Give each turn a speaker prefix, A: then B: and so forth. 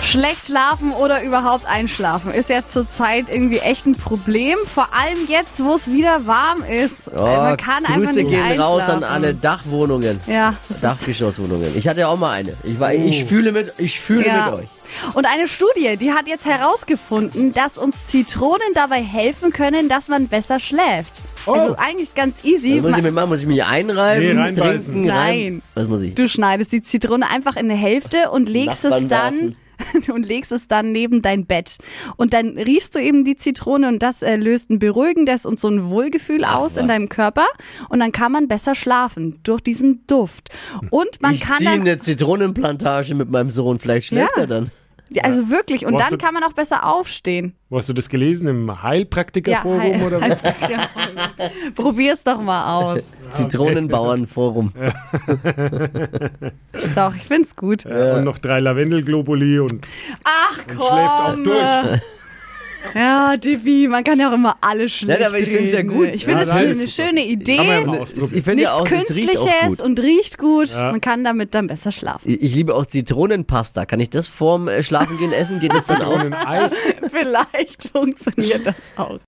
A: Schlecht schlafen oder überhaupt einschlafen ist jetzt zurzeit irgendwie echt ein Problem. Vor allem jetzt, wo es wieder warm ist. Weil
B: Ja,
A: Äh, Man kann
B: Grüße
A: einfach nicht
B: gehen
A: einschlafen.
B: raus an alle Dachwohnungen.
A: Ja, das ist Oh.
B: Dachgeschosswohnungen. Ich hatte ja auch mal eine. Ich, war, ich fühle mit, ich fühle mit euch.
A: Und eine Studie, die hat jetzt herausgefunden, dass uns Zitronen dabei helfen können, dass man besser schläft. Also eigentlich ganz easy.
B: Was Oh. muss ich
A: Man-
B: mitmachen? Muss ich mich einreiben?
C: Nee, reinbeißen.
B: trinken,
A: Nein.
B: rein- Was muss ich?
A: Du schneidest die Zitrone einfach in eine Hälfte und legst es
B: Nachbarn
A: dann und legst es dann neben dein Bett. Und dann riechst du eben die Zitrone und das äh, löst ein beruhigendes und so ein Wohlgefühl aus in
B: was.
A: deinem Körper und dann kann man besser schlafen durch diesen Duft. Und man
B: ich ne-
A: kann
B: ziehe
A: dann
B: eine Zitronenplantage mit meinem Sohn. Vielleicht schläft
A: Ja.
B: er dann.
A: Ja, also wirklich und
C: Wo hast
A: dann
C: du-
A: kann man auch besser aufstehen.
C: Wo hast du das gelesen? Im Heilpraktikerforum
A: hi-
C: oder was?
A: hi- Probier's doch mal aus.
B: Zitronenbauernforum.
A: Doch, ich find's gut.
C: Ja. Und noch drei Lavendelglobuli und
A: Ach
C: schläft auch
A: komm. äh. Ja, Divi, man kann ja auch immer alles schlecht
B: aber ich find's ja
A: reden,
B: gut.
A: ne? Ich finde
C: Ja,
A: es
C: nein,
A: eine
C: ist
A: schöne
C: kann man ja
A: Idee.
C: mal
B: Ich
C: ausprobieren.
B: finde
A: Nichts
B: ja auch, das riecht auch
A: Künstliches
B: gut.
A: und riecht gut.
C: Ja.
A: Man kann damit dann besser schlafen.
B: Ich ich liebe auch Zitronenpasta. Kann ich das vorm äh, Schlafengehen essen? Geht das dann auch?
C: Und ein Eis.
A: Vielleicht funktioniert das auch.